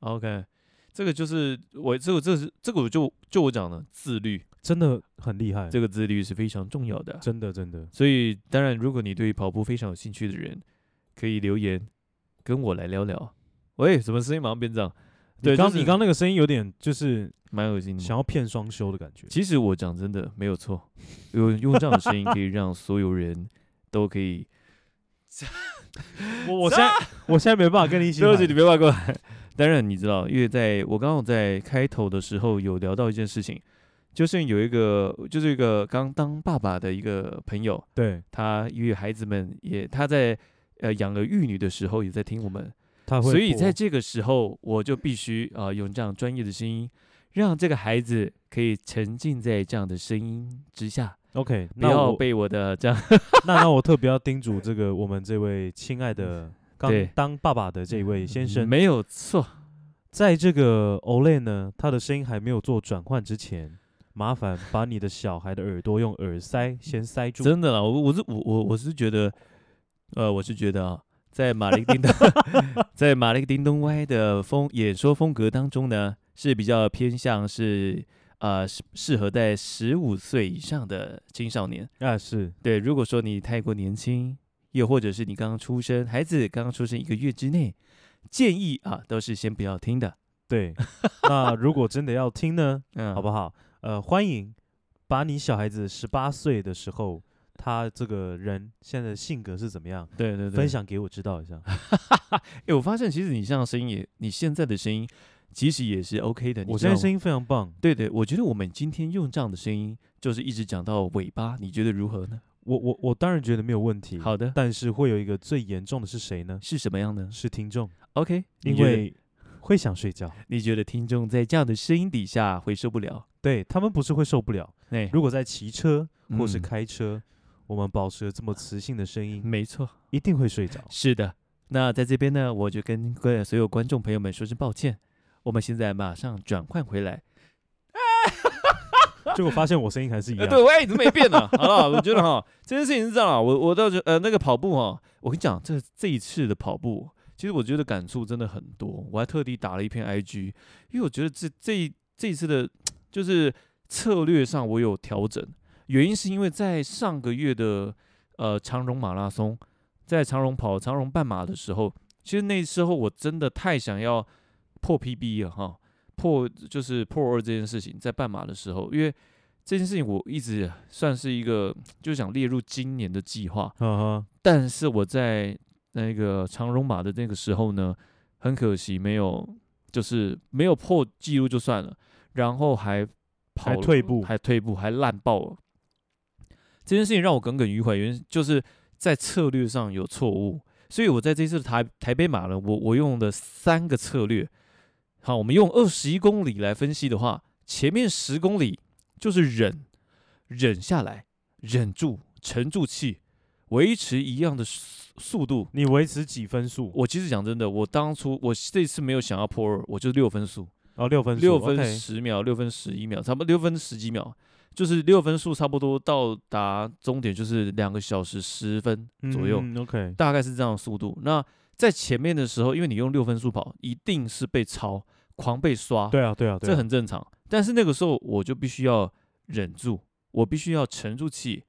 S2: OK，这个就是我这个这个是这个我就就我讲的自律，
S1: 真的很厉害，
S2: 这个自律是非常重要的。
S1: 真的真的
S2: 所以，当然，如果你对跑步非常有兴趣的人，可以留言跟我来聊聊。喂，什么声音马上变这样？对，
S1: 你刚
S2: 就是嗯
S1: 你刚那个声音有点就是
S2: 蛮恶心的嘛。
S1: 想要骗双休的感 觉，
S2: 其实我讲真的没有错，用用这样的声音可以让所有人都可以。
S1: 我我现在 我现在没办法跟你一起喊。
S2: 对不起，你别怪过来。 当然，你知道，因为在我刚刚在开头的时候有聊到一件事情，就是有一个就是一个刚当爸爸的一个朋友，
S1: 对，
S2: 他因为孩子们也他在呃养儿育女的时候也在听我们。
S1: 他会播。
S2: 所以在这个时候，我就必须啊、呃用这样专业的声音，让这个孩子可以沉浸在这样的声音之下，
S1: OK，
S2: 不
S1: 那
S2: 要
S1: 我
S2: 被我的这样
S1: 那那我特别要叮嘱这个我们这位亲爱的刚
S2: 嗯对
S1: 当爸爸的这位先生，
S2: 没有错，
S1: 在这个 Olay 呢，他的声音还没有做转换之前，麻烦把你的小孩的耳朵用耳塞先塞住。
S2: 真的啦，我我是我我我是觉得，呃，我是觉得啊，在马丽叮咚， 在马丽叮咚歪的风演说风格当中呢，是比较偏向是呃适适合在十五岁以上的青少年。
S1: 啊，是
S2: 对，如果说你太过年轻，又或者是你刚刚出生，孩子刚刚出生一个月之内，建议啊都是先不要听的。
S1: 对。那如果真的要听 呢，
S2: 嗯，
S1: 好不
S2: 好？
S1: 好？呃，欢迎把你小孩子十八岁的时候，他这个人现在的性格是怎么样，
S2: 对对对，
S1: 分。享给我知道一 下。
S2: 哎，我发现其实你这样的声音也，你现在的声音其实也是 OK 的。你
S1: 我
S2: 知
S1: 现在
S2: 道
S1: 声
S2: 吗，
S1: 音非常棒，
S2: 对对，我觉得我们今天用这样的声音，就是一直讲到尾巴，你觉得如何呢？
S1: 我我我当然觉得没有问题。
S2: 好的，
S1: 但是会有一个最严重的是谁呢？
S2: 是什么样呢
S1: 是听众，
S2: ？OK，你
S1: 因
S2: 觉得
S1: 为会想睡觉。
S2: 你觉得听众在这样的声音底下会受不了？
S1: 对他们不是会受不了，
S2: 哎，
S1: 如果在骑车或是
S2: 嗯
S1: 开车，我们保持了这么磁性的声音，
S2: 没错。
S1: 一定会 睡着。
S2: 是的，那在这边呢，我就跟各位所有观众朋友们说声抱歉，我们现在马上转换回来。
S1: 结果发现我声音还是一
S2: 呃，
S1: 样。
S2: 对，我也一直没变呢。啊好了，我觉得哈，这件事情是这样啊，我我倒觉呃那个跑步哈，我跟你讲，这这一次的跑步，其实我觉得感触真的很多。我还特地打了一篇 IG，因为我觉得这这一这一次的，就是策略上我有调整，原因是因为在上个月的呃长荣马拉松，在长荣跑长荣半马的时候，其实那时候我真的太想要破 PB 了哈，破就是破二这件事情，在半马的时候，因为这件事情我一直算是一个就想列入今年的计划，
S1: 嗯哼，
S2: 但是我在那个长荣马的那个时候呢，很可惜没有，就是没有破纪录就算了，然后还跑
S1: 还
S2: 了
S1: 退步，
S2: 还退步，还烂爆了。这件事情让我耿耿于怀，原因就是在策略上有错误，所以我在这次的台台北马呢，我我用了三个策略。好，我们用二十一公里来分析的话，前面十公里就是忍，忍下来，忍住，沉住气，维持一样的速速度。
S1: 你维持几分数？
S2: 我其实讲真的，我当初我这次没有想要破二，我就六分速，
S1: 哦，六分数，
S2: 六
S1: OK
S2: 分十秒，六分十一秒，差不多六分十几秒，就是六分数差不多到达终点就是两个小时十分左右，
S1: 嗯嗯 OK，
S2: 大概是这样的速度。那在前面的时候，因为你用六分速跑，一定是被超，狂被刷，
S1: 对啊，对啊，对啊
S2: 这很正常。但是那个时候我就必须要忍住，我必须要沉住气，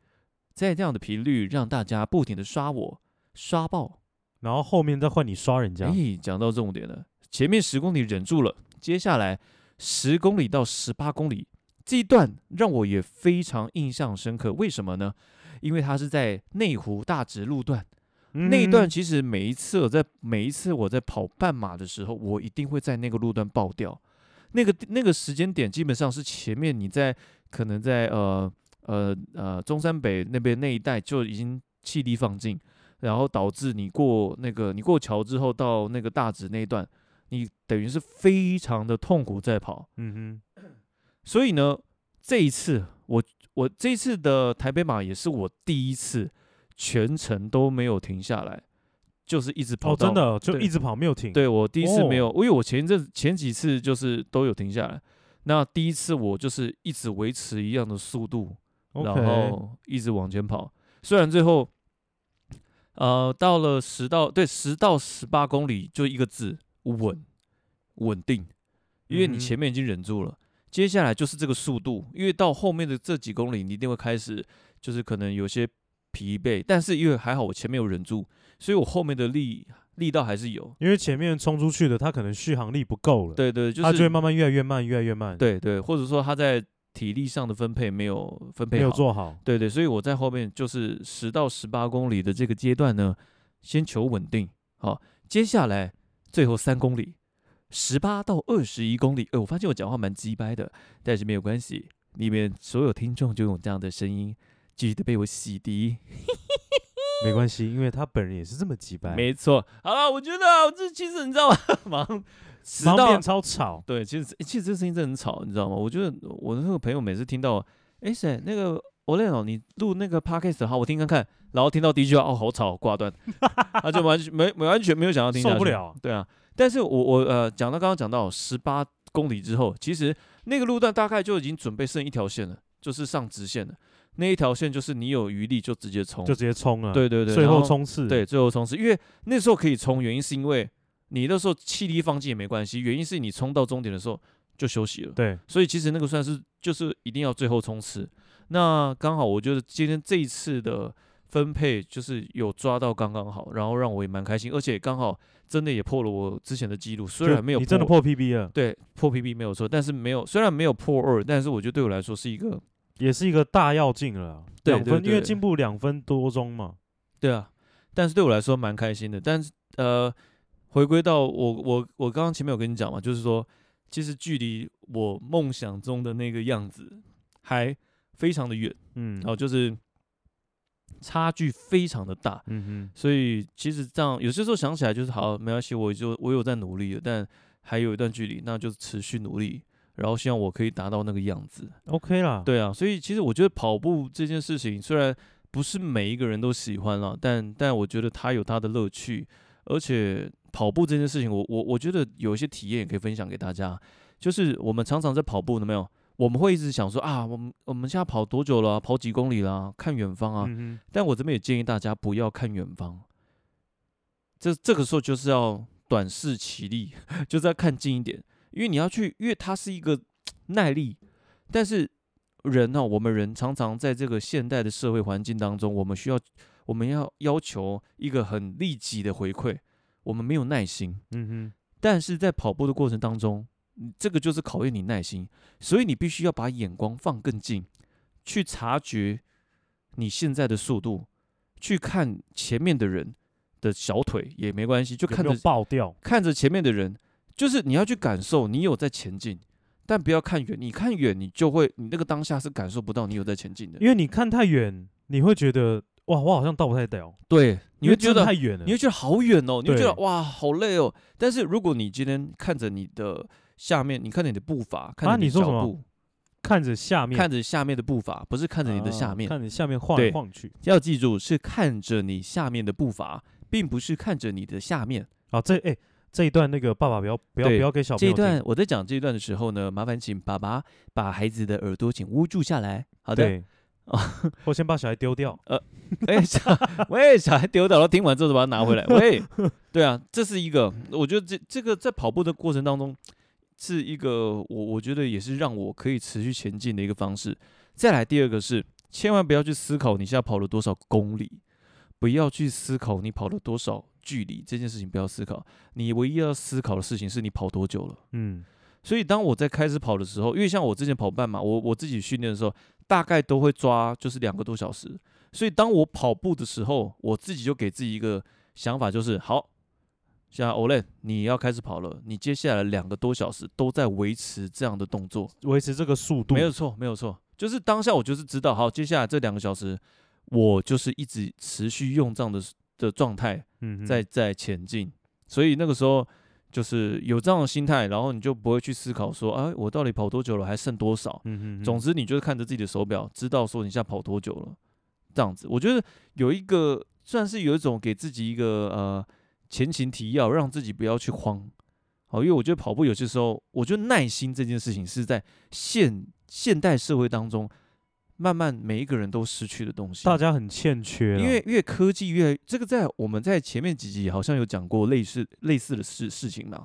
S2: 在这样的频率让大家不停的刷我，刷爆，
S1: 然后后面再换你刷人家，
S2: 哎，讲到重点了，前面十公里忍住了，接下来十公里到十八公里这一段让我也非常印象深刻。为什么呢？因为它是在内湖大直路段、那一段，
S1: 嗯
S2: 其实每一次我在每一次我在跑半马的时候，我一定会在那个路段爆掉。那个那个时间点基本上是前面你在可能在呃呃呃中山北那边那一带就已经气力放尽，然后导致你过那个你过桥之后到那个大直那一段，你等于是非常的痛苦在跑。
S1: 嗯
S2: 所以呢，这一次我我这一次的台北马也是我第一次全程都没有停下来，就是一直
S1: 哼，
S2: 跑
S1: 哦，
S2: 到、
S1: 真的就
S2: 对
S1: 一直跑没有停，，
S2: 对我第一次没
S1: 哦
S2: 有，因为我前一阵子前几次就是都有停下来。那第一次我就是一直维持一样的速度，然后一直往前跑。虽然最后，呃，到了十到对十到十八公里就一个字稳稳定，因为
S1: 嗯
S2: 你
S1: 哼
S2: 前面已经忍住了，接下来就是这个速度，因为到后面的这几公里你一定会开始就是可能有些疲惫，但是因为还好我前面有忍住，所以我后面的力力道还是有。
S1: 因为前面冲出去的他可能续航力不够了，，
S2: 对对，就
S1: 他就会
S2: 是
S1: 慢慢越来越慢，越来越慢，，
S2: 对对，或者说他在体力上的分配没有分配
S1: 没有
S2: 好
S1: 做好，
S2: 对对，所以我在后面就是十到十八公里的这个阶段呢，先求稳定。好、接下来最后三公里，十八到二十一公里，哎，我发现我讲话蛮鸡掰的，但是没有关系，里面所有听众就用这样的声音继续的被我洗涤。
S1: 没关系，因为他本人也是这么几百，
S2: 没错，好了，我觉得啊我这其实你知道吗？ 忙迟
S1: 盲
S2: 到
S1: 变超吵，
S2: 对，其实其实这声音真的很吵，你知道吗？我觉得我的那个朋友每次听到，哎谁那个 o l e n 哦，你录那个 podcast 好，我听看看，然后听到第一句话，哦，好吵，挂 断，他就完全没没完全没有想要听，
S1: 受不。了啊，
S2: 对啊，但是我我呃讲到刚刚讲到十八公里之后，其实那个路段大概就已经准备剩一条线了，就是上直线了。那一条线就是你有余力就直接冲，
S1: 就直接冲了，，
S2: 对对对，
S1: 最
S2: 然
S1: 后冲刺，
S2: 对，最后冲刺，因为那时候可以冲，原因是因为你那时候气力放尽也没关系，原因是你冲到终点的时候就休息了，
S1: 对，
S2: 所以其实那个算是就是一定要最后冲刺。那刚好我觉得今天这一次的分配就是有抓到刚刚好，然后让我也蛮开心，而且刚好真的也破了我之前的记录，虽
S1: 就
S2: 然没有
S1: 你真的破 PB 了，
S2: 对破 PB 没有错，但是没有虽然没有破二，但是我觉得对我来说是一个
S1: 也是一个大要进了啊，
S2: 对
S1: 两
S2: 对
S1: 分，因为
S2: 对
S1: 进步两分多钟嘛，
S2: 对啊，但是对我来说蛮开心的。但是呃，回归到我我我刚刚前面有跟你讲嘛，就是说，其实距离我梦想中的那个样子还非常的远，
S1: 嗯
S2: 然，后哦就是差距非常的大。
S1: 嗯
S2: 所以其实这样有些时候想起来就是好，没关系，我就我有在努力了，但还有一段距离，那就持续努力，然后希望我可以达到那个样子。
S1: 哼，OK 啦，
S2: 对啊，所以其实我觉得跑步这件事情虽然不是每一个人都喜欢了，但但我觉得它有它的乐趣，而且跑步这件事情，我我我觉得有一些体验也可以分享给大家，就是我们常常在跑步，有没有？我们会一直想说啊，我们我们现在跑多久了啊、跑几公里啦、看远方啊。
S1: 嗯哼，
S2: 但我这边也建议大家不要看远方，这这个时候就是要短视其 力，就是要看近一点，因为你要去，因为它是一个耐力，但是人呢、我们人常常在这个现代的社会环境当中，我们需要我们要要求一个很立即的回馈，我们没有耐心。
S1: 嗯
S2: 但是在跑步的过程当中，嗯这个就是考验你耐心，所以你必须要把眼光放更近，去察觉你现在的速度，去看前面的人的小腿也没关系，就
S1: 哼，有
S2: 看
S1: 没
S2: 着
S1: 有爆掉？
S2: 看着前面的人，就是你要去感受你有在前进，但不要看远。你看远，你就会你那个当下是感受不到你有在前进的。
S1: 因为你看太远，你会觉得哇，我好像到不太了，
S2: 对，你会
S1: 因为
S2: 觉
S1: 真的
S2: 得
S1: 太远了
S2: 你。会觉得好远哦，你会觉得
S1: 对
S2: 哇好累哦。但是如果你今天看着你的下面，你看着你的步伐，看
S1: 啊
S2: 着你
S1: 你
S2: 的
S1: 说
S2: 脚
S1: 什么
S2: 步，
S1: 看着下面，
S2: 看着下面的步伐，不是看着你的下
S1: 啊
S2: 面。
S1: 看着下面晃
S2: 对
S1: 来晃去。
S2: 要记住，是看着你下面的步伐，并不是看着你的下面。
S1: 啊，这哎、这一段那个爸爸不要不要不
S2: 对
S1: 要给小朋
S2: 这一
S1: 友听
S2: 段我在讲这一段的时候呢，麻烦请爸爸把孩子的耳朵请捂住下来。好的，
S1: 对， 我先把小孩丢掉。
S2: 哎，小喂，小孩丢掉了，听完之后就把它拿回来。喂，对啊，这是一个，我觉得这这个在跑步的过程当中，是一个我我觉得也是让我可以持续前进的一个方式。再来第二个是，千万不要去思考你现在跑了多少公里，不要去思考你跑了多少距离这件事情，不要思考。你唯一要思考的事情是你跑多久了。
S1: 嗯，
S2: 所以当我在开始跑的时候，因为像我之前跑半马，我我自己训练的时候，大概都会抓就是两个多小时。所以当我跑步的时候，我自己就给自己一个想法，就是好，像 Olen，你要开始跑了，你接下来两个多小时都在维持这样的动作，
S1: 维持这个速度
S2: 没有错，没有错，就是当下我就是知道，好，接下来这两个小时，我就是一直持续用这样的的状态
S1: 嗯哼
S2: 在在前进。所以那个时候就是有这样的心态，然后你就不会去思考说，哎，我到底跑多久了，还剩多少？
S1: 嗯哼嗯
S2: 总之，你就是看着自己的手表，知道说你现在跑多久了，这样子。我觉得有一个算是有一种给自己一个呃前情提要，让自己不要去慌。好，因为我觉得跑步有些时候，我觉得耐心这件事情是在现现代社会当中，慢慢每一个人都失去的东西。
S1: 大家很欠缺啦，
S2: 因为越科技越这个，在我们在前面几集好像有讲过类似类似的事事情啦，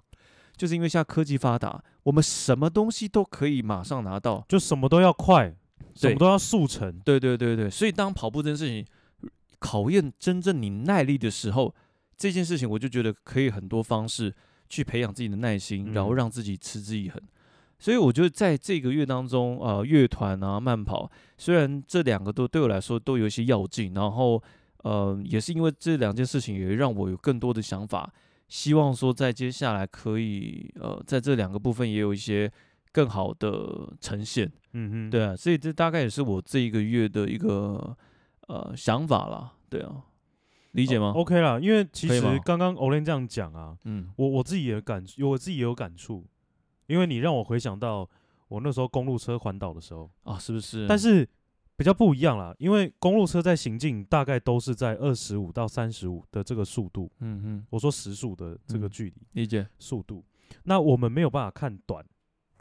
S2: 就是因为现在科技发达，我们什么东西都可以马上拿到。
S1: 就什么都要快，什
S2: 对
S1: 么都要速成。
S2: 对对对对，所以当跑步这件事情考验真正你耐力的时候，这件事情我就觉得可以很多方式去培养自己的耐心，然后
S1: 嗯
S2: 让自己持之以恒。所以我觉得在这个月当中，呃，乐团啊、慢跑，虽然这两个都对我来说都有一些要劲，然后呃，也是因为这两件事情，也让我有更多的想法，希望说在接下来可以呃，在这两个部分也有一些更好的呈现。
S1: 嗯哼，
S2: 对啊，所以这大概也是我这一个月的一个呃想法啦。对啊，理
S1: 理
S2: 解吗？
S1: 哦？OK 啦，因为其
S2: 可以
S1: 实
S2: 吗
S1: 刚刚 Olen 这样讲啊，
S2: 嗯，
S1: 我我自己也感，我自己也有感触，因为你让我回想到我那时候公路车环岛的时候，
S2: 啊，是不是？
S1: 但是比较不一样啦，因为公路车在行进大概都是在二十五到三十五的这个速度，
S2: 嗯嗯，
S1: 我说时速的这个
S2: 嗯
S1: 距离、
S2: 理解。
S1: 速度，那我们没有办法看短，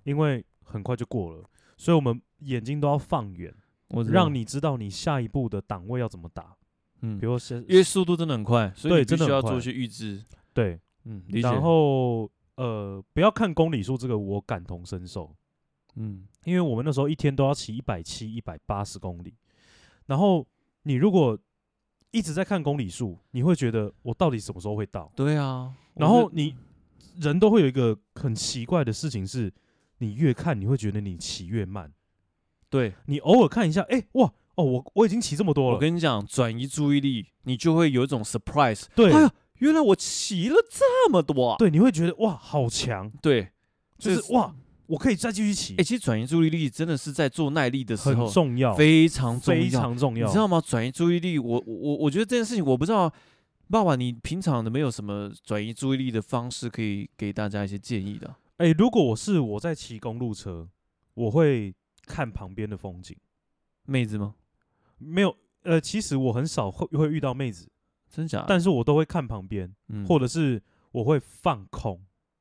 S1: 因为很快就过了，所以我们眼睛都要放远，
S2: 我知道
S1: 让你知道你下一步的档位要怎么打，
S2: 嗯
S1: 比，如先
S2: 因为速度真的很快，所以
S1: 对
S2: 你必
S1: 真的
S2: 须要
S1: 很快
S2: 做一些预知。
S1: 对，
S2: 嗯，理解。
S1: 然后呃，不要看公里数这个，我感同身受，
S2: 嗯，
S1: 因为我们那时候一天都要骑一百七、一百八十公里，然后你如果一直在看公里数，你会觉得我到底什么时候会到？
S2: 对啊。
S1: 然
S2: 我
S1: 后
S2: 是
S1: 你人都会有一个很奇怪的事情是，你越看你会觉得你骑越慢，
S2: 对，
S1: 你偶尔看一下，哎、哇哦，我我已经骑这么多
S2: 我
S1: 了，
S2: 跟你讲，转移注意力，你就会有一种 surprise。
S1: 对、
S2: 哎呀，原来我骑了这么多啊。
S1: 对，你会觉得哇好强，
S2: 对，
S1: 就
S2: 这
S1: 是哇我可以再继续骑，
S2: 哎，其实转移注意力真的是在做耐力的时
S1: 很
S2: 候
S1: 重要，
S2: 非常重
S1: 非
S2: 要。
S1: 常重要，
S2: 你知道吗？转移注意力，我我我我觉得这件事情我不知道，爸爸，你平常有没有什么转移注意力的方式可以给大家一些建议的？啊
S1: 哎、如果我是我在骑公路车，我会看旁边的风景。
S2: 妹子吗？
S1: 没有，呃，其实我很少会会遇到妹子，
S2: 真假的？
S1: 但是我都会看旁边，
S2: 嗯
S1: 或者是我会放空。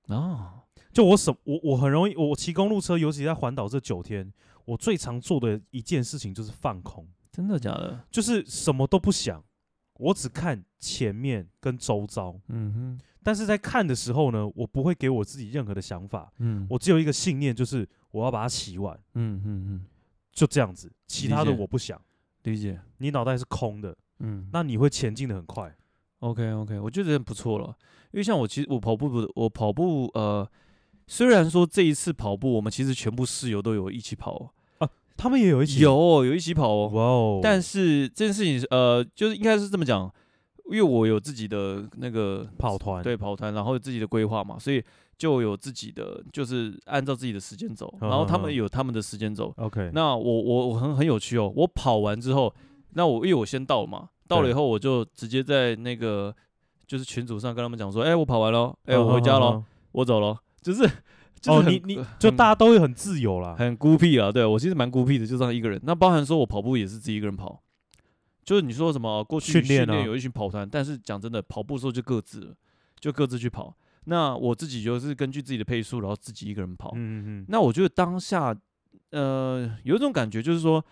S2: 啊，
S1: 就我什我我很容易，我我骑公路车，尤其在环岛这九天，我最常做的一件事情就是放空，
S2: 真的假的？
S1: 就是什么都不想，我只看前面跟周遭。
S2: 嗯哼，
S1: 但是在看的时候呢，我不会给我自己任何的想法，
S2: 嗯
S1: 我只有一个信念，就是我要把它骑完。
S2: 嗯嗯嗯，
S1: 就这样子，其他的
S2: 理解
S1: 我不想。
S2: 理解，
S1: 你脑袋是空的，
S2: 嗯，
S1: 那你会前进的很快。
S2: OK OK，我觉得不错了，因为像我其实我跑步不，我跑步呃，虽然说这一次跑步我们其实全部室友都有一起跑哦，
S1: 他们也有一起
S2: 有有一起跑哦，
S1: 哇哦，
S2: 但是这件事情是呃，就是应该是这么讲，因为我有自己的那个
S1: 跑团
S2: 对跑团，然后有自己的规划嘛，所以就有自己的就是按照自己的时间走，然后他
S1: 嗯嗯
S2: 们
S1: 嗯
S2: 有他们的时间走，
S1: OK，
S2: 那我我我很很有趣哦，我跑完之后，那我因为我先到嘛，到了以
S1: 对
S2: 后我就直接在那个就是群组上跟他们讲说，哎、我跑完喽，哎、我回家喽，
S1: 哦。
S2: 我走喽，就是 就是
S1: 哦，
S2: 很
S1: 你你就大家都会很自由啦。
S2: 很孤僻啊，对我其实蛮孤僻的，就这样一个人。那包含说我跑步也是自己一个人跑，就是你说什么过去
S1: 训
S2: 训
S1: 练
S2: 练
S1: 啊
S2: 有一群跑团，但是讲真的，跑步的时候就各自了就各自去跑。那我自己就是根据自己的配速，然后自己一个人跑。
S1: 嗯嗯嗯，
S2: 那我觉得当下，呃，有一种感觉就是说，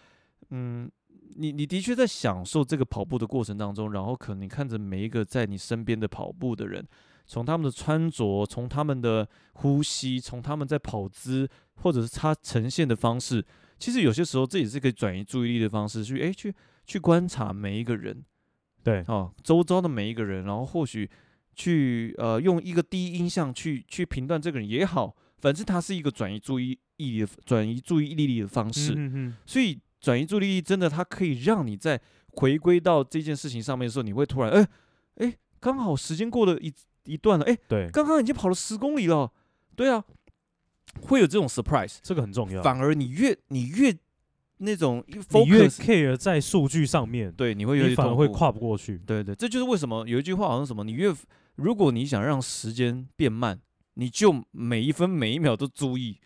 S2: 嗯，你你的确在享受这个跑步的过程当中，然后可能你看着每一个在你身边的跑步的人，从他们的穿着，从他们的呼吸，从他们在跑姿，或者是他呈现的方式，其实有些时候这也是可以转移注意力的方式，去诶去去观察每一个人
S1: 对，
S2: 哦，周遭的每一个人，然后或许去呃用一个第一印象去去评断这个人也好，反正它是一个转移注意力的转移注意力的方式，
S1: 嗯嗯
S2: 所以转移注意力真的它可以让你在回归到这件事情上面的时候，你会突然哎哎，刚好时间过了一一段了，哎，
S1: 对，
S2: 刚刚已经跑了十公里了，对啊，会有这种 surprise，
S1: 这个很重要。
S2: 反而你越你越那种
S1: 啊你越
S2: focus，
S1: care 在数据上面，
S2: 对，你会有
S1: 你
S2: 点
S1: 反而
S2: 痛
S1: 会
S2: 苦
S1: 跨不过去。
S2: 对对，这就是为什么有一句话好像什么，你越如果你想让时间变慢，你就每一分每一秒都注意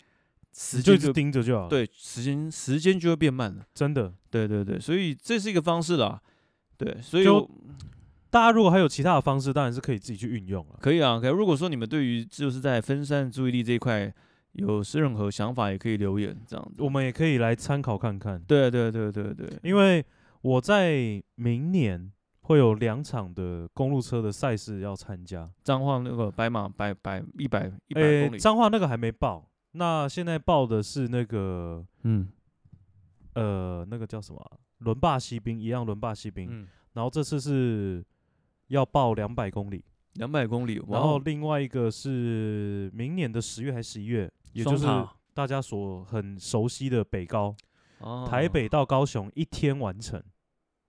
S2: 时
S1: 你就
S2: 间
S1: 一直盯着就好。，
S2: 对时间时间就会变慢了。
S1: 真的。
S2: 对对对，所以这是一个方式啦。对，所以
S1: 就
S2: 我
S1: 大家如果还有其他的方式，当然是可以自己去运用了。
S2: 可以啊，可以。如果说你们对于就是在分散注意力这一块有是任何想法，也可以留言这样子。
S1: 我们也可以来参考看看，
S2: 对对对对对，
S1: 因为我在明年会有两场的公路车的赛事要参加。
S2: 彰化那个白马百百一百一百
S1: 诶
S2: 公里，
S1: 彰化那个还没报，那现在报的是那个
S2: 嗯
S1: 呃，那个叫什么啊轮霸西兵，一样轮霸西兵。
S2: 嗯，
S1: 然后这次是要报两百公里，
S2: 两百公里，哇
S1: 然后
S2: 哦，
S1: 另外一个是明年的十月还是十一月，也
S2: 双
S1: 就是
S2: 塔
S1: 大家所很熟悉的北高，
S2: 哦
S1: 台，北到高雄一天完成。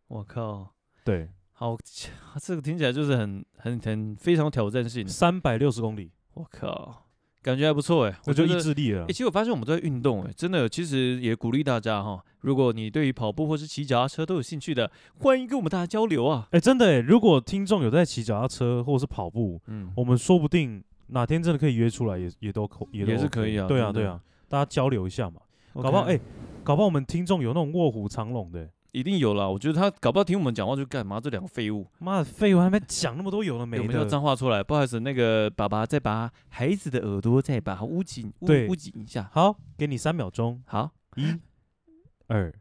S2: 我靠。
S1: 对，
S2: 好， 这个听起来就是很很很非常有挑战性。
S1: 三百六十公里，
S2: 我靠，感觉还不错哎，
S1: 那
S2: 我
S1: 就
S2: 觉
S1: 意
S2: 得。
S1: 志力了
S2: 哎、。其实我发现我们都在运动哎，真的，其实也鼓励大家哈，如果你对于跑步或是骑脚踏车都有兴趣的，欢迎跟我们大家交流啊。
S1: 哎，真的哎，如果听众有在骑脚踏车或者是跑步，
S2: 嗯，
S1: 我们说不定哪天真的可以约出来也，也都可也都
S2: 也是
S1: OK
S2: 可以啊
S1: 对啊，
S2: 真的
S1: 对啊，大家交流一下嘛，搞不好
S2: OK
S1: 哎、搞不好我们听众有那种卧虎藏龙的、
S2: 一定有啦。我觉得他搞不好听我们讲话就干嘛，这两个废物。
S1: 妈的废话，还没讲那么多有的
S2: 哎我
S1: 没
S2: 们要
S1: 的。
S2: 脏话出来，不好意思，那个爸爸再把孩子的耳朵再把捂紧，捂
S1: 对
S2: 捂紧一下。
S1: 好，给你三秒钟，
S2: 好，
S1: 一、二、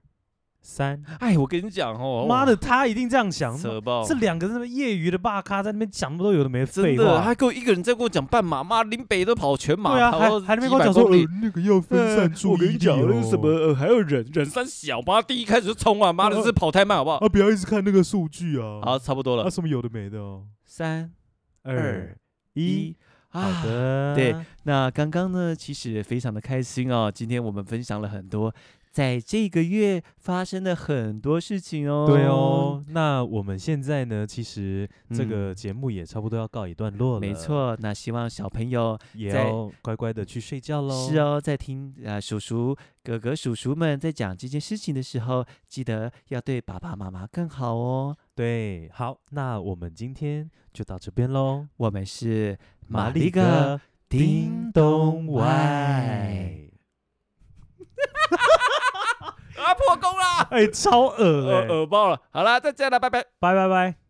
S1: 三。
S2: 哎，我跟你讲哦，
S1: 妈的，，他一定这样想。
S2: 扯爆，
S1: 这两个那么业余的大咖在那边讲那么多有的没的
S2: 真
S1: 废
S2: 的，
S1: 话
S2: 还，给我一个人在跟我讲半马，妈林北都跑全马，
S1: 对啊，
S2: 跑
S1: 还
S2: 到
S1: 还在那
S2: 几
S1: 边跟我
S2: 百
S1: 讲说、
S2: 公里哎
S1: 呃、那个要分散注
S2: 我
S1: 意
S2: 跟你
S1: 力、
S2: 讲，
S1: 哦
S2: 那个什么，呃，还有忍忍三小妈，第一开始就冲啊，
S1: 嗯
S2: 妈的，是跑太慢，好不好？
S1: 啊，不要一直看那个数据啊，
S2: 好，差不多
S1: 啊
S2: 了，
S1: 什么有的没的哦。
S2: 三
S1: 二
S2: 二
S1: 一，
S2: 一，
S1: 好
S2: 啊。
S1: 的，
S2: 对那刚刚呢，其实非常的开心哦，今天我们分享了很多，在这个月发生的很多事情哦。
S1: 对哦，。那我们现在呢，其实这
S2: 嗯
S1: 个节目也差不多要告一段落了，
S2: 没，错，那希望小朋友
S1: 也
S2: 在
S1: 要乖乖的去睡觉喽。
S2: 是，哦，在听啊、呃叔叔、哥哥、叔叔们在讲这件事情的时候，记得要对爸爸妈妈更好哦。
S1: 对，好，那我们今天就到这边喽。
S2: 我们是
S1: 玛
S2: 玛
S1: 丽
S2: 丽
S1: 哥
S2: 哥，
S1: 叮
S2: 叮
S1: 咚
S2: 咚
S1: 外
S2: 外。啊，破功啦！
S1: 哎、超恶哎、
S2: 啊
S1: 哎欸
S2: 呃耳爆了。好啦，再见了，拜拜。
S1: 拜拜拜。